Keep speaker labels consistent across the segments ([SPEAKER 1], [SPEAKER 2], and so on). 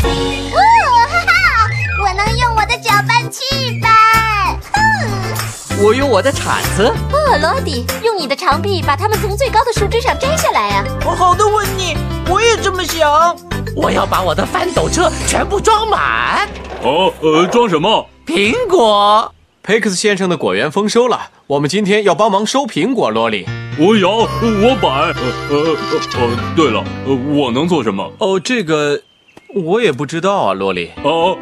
[SPEAKER 1] 哦，哈哈， 我能用我的搅拌器掰。哼，
[SPEAKER 2] 我用我的铲子。
[SPEAKER 1] 哦，罗迪，用你的长臂把它们从最高的树枝上摘下来啊！
[SPEAKER 3] 我好的，温妮，我也这么想。
[SPEAKER 2] 我要把我的翻斗车全部装满
[SPEAKER 4] 哦，呃，装什么？
[SPEAKER 2] 苹果。
[SPEAKER 5] 佩克斯先生的果园丰收了，我们今天要帮忙收苹果。罗里，
[SPEAKER 4] 我摇，我摆。呃呃呃，呃对了，呃，我能做什么？
[SPEAKER 5] 哦，这个我也不知道啊，罗里，
[SPEAKER 4] 啊，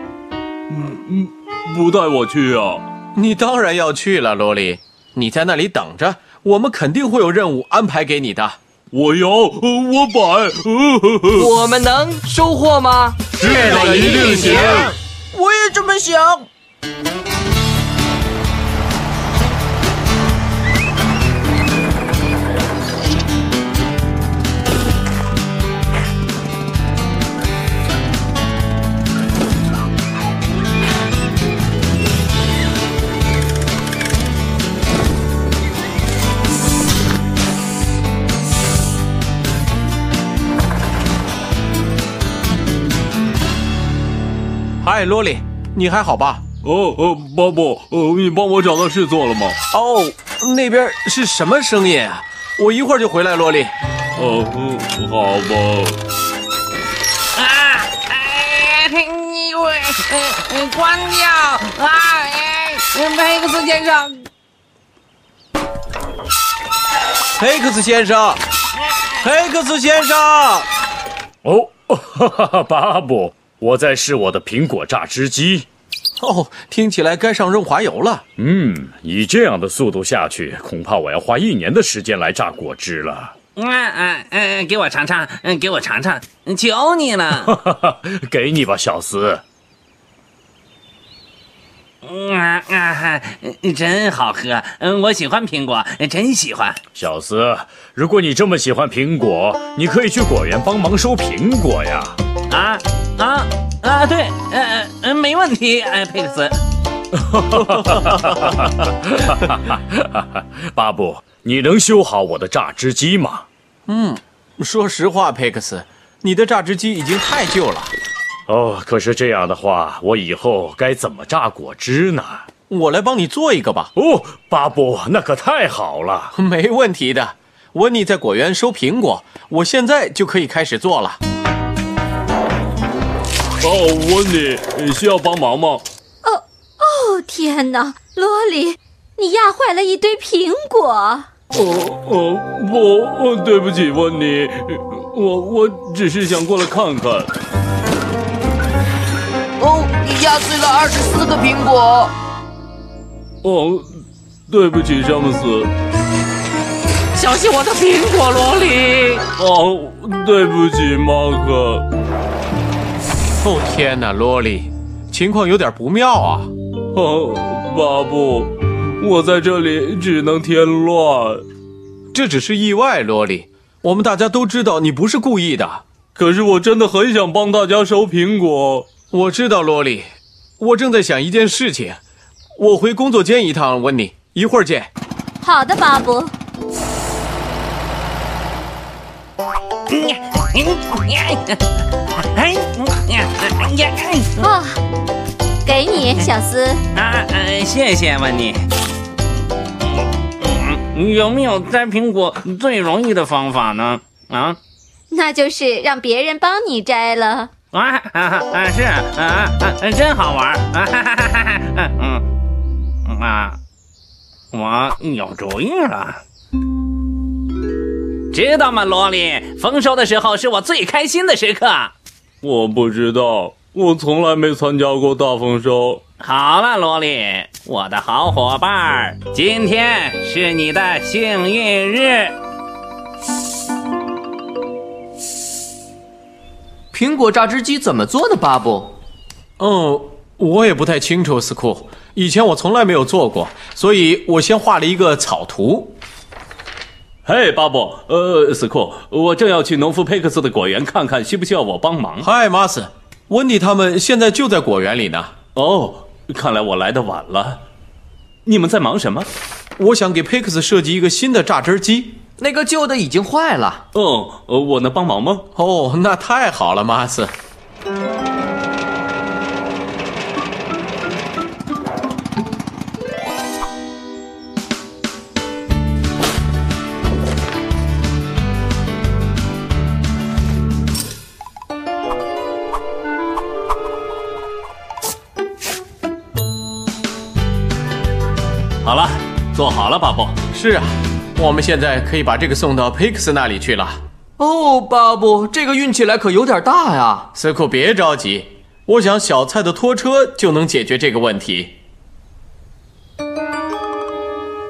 [SPEAKER 4] 嗯嗯，不带我去啊！
[SPEAKER 5] 你当然要去了，罗里，你在那里等着，我们肯定会有任务安排给你的。
[SPEAKER 4] 我摇，呃我摆。呃呵呵，
[SPEAKER 2] 我们能收获吗？
[SPEAKER 4] 这个一定行。
[SPEAKER 3] 我也这么想。
[SPEAKER 5] 嗨，罗里，你还好吧？
[SPEAKER 4] 哦呃，巴布，呃，你帮我找到事做了吗？
[SPEAKER 5] 哦，那边是什么声音啊？我一会儿就回来，罗里。
[SPEAKER 4] 呃，嗯好吧。
[SPEAKER 6] 哎，你喂，哎哎，关掉啊！哎，梅克斯先生，
[SPEAKER 5] 佩克斯先生，佩克斯先生，
[SPEAKER 7] 哦，哈哈哈，巴布，我在试我的苹果榨汁机。
[SPEAKER 5] 哦，听起来该上润滑油了。
[SPEAKER 7] 嗯，以这样的速度下去，恐怕我要花一年的时间来榨果汁了。
[SPEAKER 6] 嗯嗯嗯，给我尝尝，嗯，给我尝尝，求你了。
[SPEAKER 7] 哈哈，给你吧，小斯。
[SPEAKER 6] 嗯啊啊，真好喝，嗯，我喜欢苹果，真喜欢。
[SPEAKER 7] 小斯，如果你这么喜欢苹果，你可以去果园帮忙收苹果呀。
[SPEAKER 6] 啊啊啊！对，呃呃，没问题，哎，佩克斯。
[SPEAKER 7] 巴布，你能修好我的榨汁机吗？
[SPEAKER 5] 说实话，佩克斯，你的榨汁机已经太旧了。
[SPEAKER 7] 哦，可是这样的话，我以后该怎么榨果汁呢？
[SPEAKER 5] 我来帮你做一个吧，
[SPEAKER 7] 哦，巴布，那可太好了。
[SPEAKER 5] 没问题的。温妮在果园收苹果，我现在就可以开始做了。
[SPEAKER 4] 哦，温妮，你需要帮忙吗？
[SPEAKER 1] 哦天哪，罗里，你压坏了一堆苹果。
[SPEAKER 4] 哦哦不，哦对不起，温妮，我我只是想过来看看。
[SPEAKER 3] 哦，你压碎了二十四个苹果。
[SPEAKER 4] 哦，对不起，詹姆斯。
[SPEAKER 2] 小心我的苹果，罗里。
[SPEAKER 4] 哦，对不起，马克。
[SPEAKER 5] 哦天哪，罗莉，情况有点不妙啊！
[SPEAKER 4] 哦，巴布，我在这里只能添乱。
[SPEAKER 5] 这只是意外，罗莉，我们大家都知道你不是故意的。
[SPEAKER 4] 可是我真的很想帮大家收苹果。
[SPEAKER 5] 我知道，罗莉，我正在想一件事情，我回工作间一趟，温妮，一会儿见。
[SPEAKER 1] 好的，巴布。
[SPEAKER 6] 哎呀，哎呀，
[SPEAKER 1] 哦，给你，小斯。
[SPEAKER 6] 啊，呃，谢谢吧你。嗯，有没有摘苹果最容易的方法呢？啊
[SPEAKER 1] 那就是让别人帮你摘了。
[SPEAKER 6] 啊啊啊！是啊啊啊！真好玩儿啊！哈哈哈哈哈！嗯嗯啊，我有主意了。知道吗，萝莉？丰收的时候是我最开心的时刻。
[SPEAKER 4] 我不知道，我从来没参加过大丰收。
[SPEAKER 6] 好了，萝莉，我的好伙伴儿，今天是你的幸运日。
[SPEAKER 2] 苹果榨汁机怎么做的，巴布？
[SPEAKER 5] 嗯，我也不太清楚，School。以前我从来没有做过，所以我先画了一个草图。
[SPEAKER 4] 嘿，巴布，呃，斯库，我正要去农夫佩克斯的果园看看，需不需要我帮忙？
[SPEAKER 5] 嗨，马斯，温迪他们现在就在果园里呢。
[SPEAKER 4] 哦，看来我来的晚了。你们在忙什么？
[SPEAKER 5] 我想给佩克斯设计一个新的榨汁机。
[SPEAKER 3] 那个旧的已经坏了。
[SPEAKER 4] 哦，呃我能帮忙吗？
[SPEAKER 5] 哦，那太好了，马斯。
[SPEAKER 4] 好了，做好了，巴布。
[SPEAKER 5] 是啊，我们现在可以把这个送到佩克斯那里去了。
[SPEAKER 3] 哦，巴布，这个运起来可有点大呀。
[SPEAKER 5] 斯库，别着急，我想小蔡的拖车就能解决这个问题。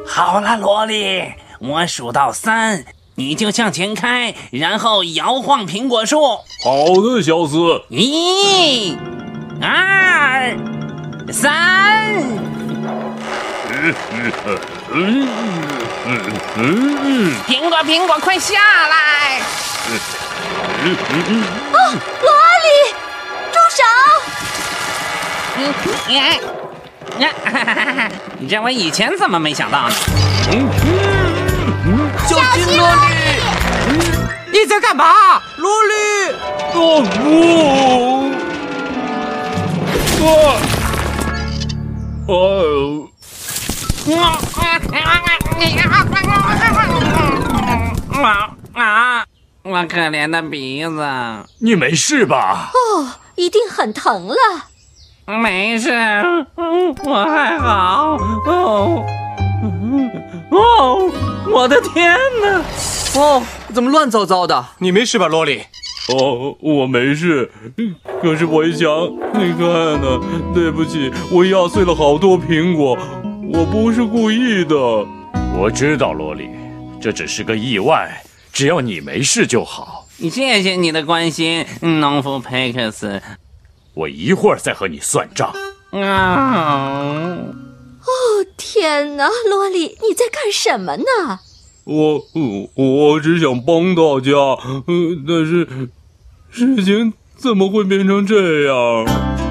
[SPEAKER 6] 好了，萝莉，我数到三，你就向前开，然后摇晃苹果树。
[SPEAKER 4] 好的，小斯。
[SPEAKER 6] 一、二、三。苹果，苹果，快下来！
[SPEAKER 1] 萝莉，住手！
[SPEAKER 6] 嗯，哎哎哈哈哈哈这我以前怎么没想到呢？
[SPEAKER 3] 小心萝莉！
[SPEAKER 2] 你在干嘛？
[SPEAKER 3] 萝莉，
[SPEAKER 4] 哦不！啊！哦，
[SPEAKER 6] 啊啊！ 我可怜的鼻子，
[SPEAKER 7] 你没事吧？
[SPEAKER 1] 哦，一定很疼了。
[SPEAKER 6] 没事，嗯我还好。哦，嗯哦，我的天哪！
[SPEAKER 3] 哦，怎么乱糟糟的？
[SPEAKER 5] 你没事吧，洛里？
[SPEAKER 4] 哦，我没事，可是我一想，你看呢、对不起，我压碎了好多苹果，我不是故意的。
[SPEAKER 7] 我知道，萝莉，这只是个意外，只要你没事就好。
[SPEAKER 6] 谢谢你的关心，农夫佩克斯。
[SPEAKER 7] 我一会儿再和你算账。
[SPEAKER 6] 啊，
[SPEAKER 1] 哦天哪，萝莉，你在干什么呢？
[SPEAKER 4] 我我只想帮大家，嗯，但是事情怎么会变成这样？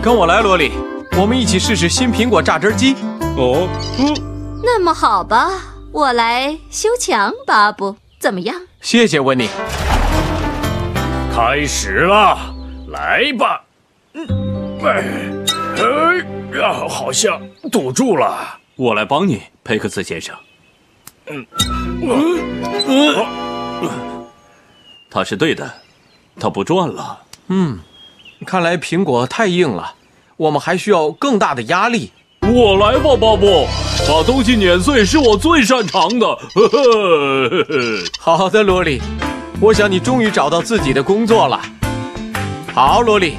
[SPEAKER 5] 跟我来，萝莉，我们一起试试新苹果榨汁机。
[SPEAKER 4] 哦，嗯。
[SPEAKER 1] 那么好吧，我来修墙，巴布，怎么样？
[SPEAKER 5] 谢谢温妮。
[SPEAKER 7] 开始了，来吧。嗯，哎，哎呀，好像堵住了。
[SPEAKER 4] 我来帮你，佩克斯先生。嗯，
[SPEAKER 7] 嗯
[SPEAKER 4] 他是对的，他不转了。
[SPEAKER 5] 嗯看来苹果太硬了，我们还需要更大的压力。
[SPEAKER 4] 我来吧，巴布，把东西碾碎是我最擅长的。呃呵呵呵呵
[SPEAKER 5] 好的，萝莉，我想你终于找到自己的工作了。好，萝莉，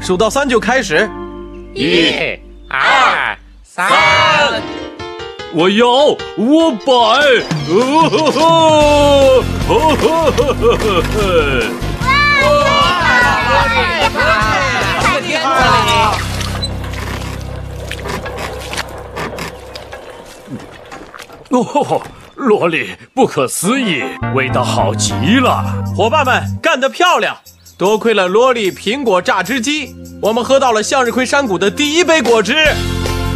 [SPEAKER 5] 数到三就开始。
[SPEAKER 4] 一，
[SPEAKER 6] 二三，
[SPEAKER 4] 我摇，我摆，呃呵呵呵呵呵呵呵呵。
[SPEAKER 3] 太厉害了！
[SPEAKER 7] 哦，萝莉，不可思议，味道好极了。
[SPEAKER 5] 伙伴们，干得漂亮！多亏了萝莉苹果榨汁机，我们喝到了向日葵山谷的第一杯果汁。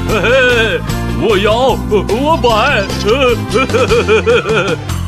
[SPEAKER 4] 嘿嘿，我摇，我摆，呃呵呵呵呵呵呵。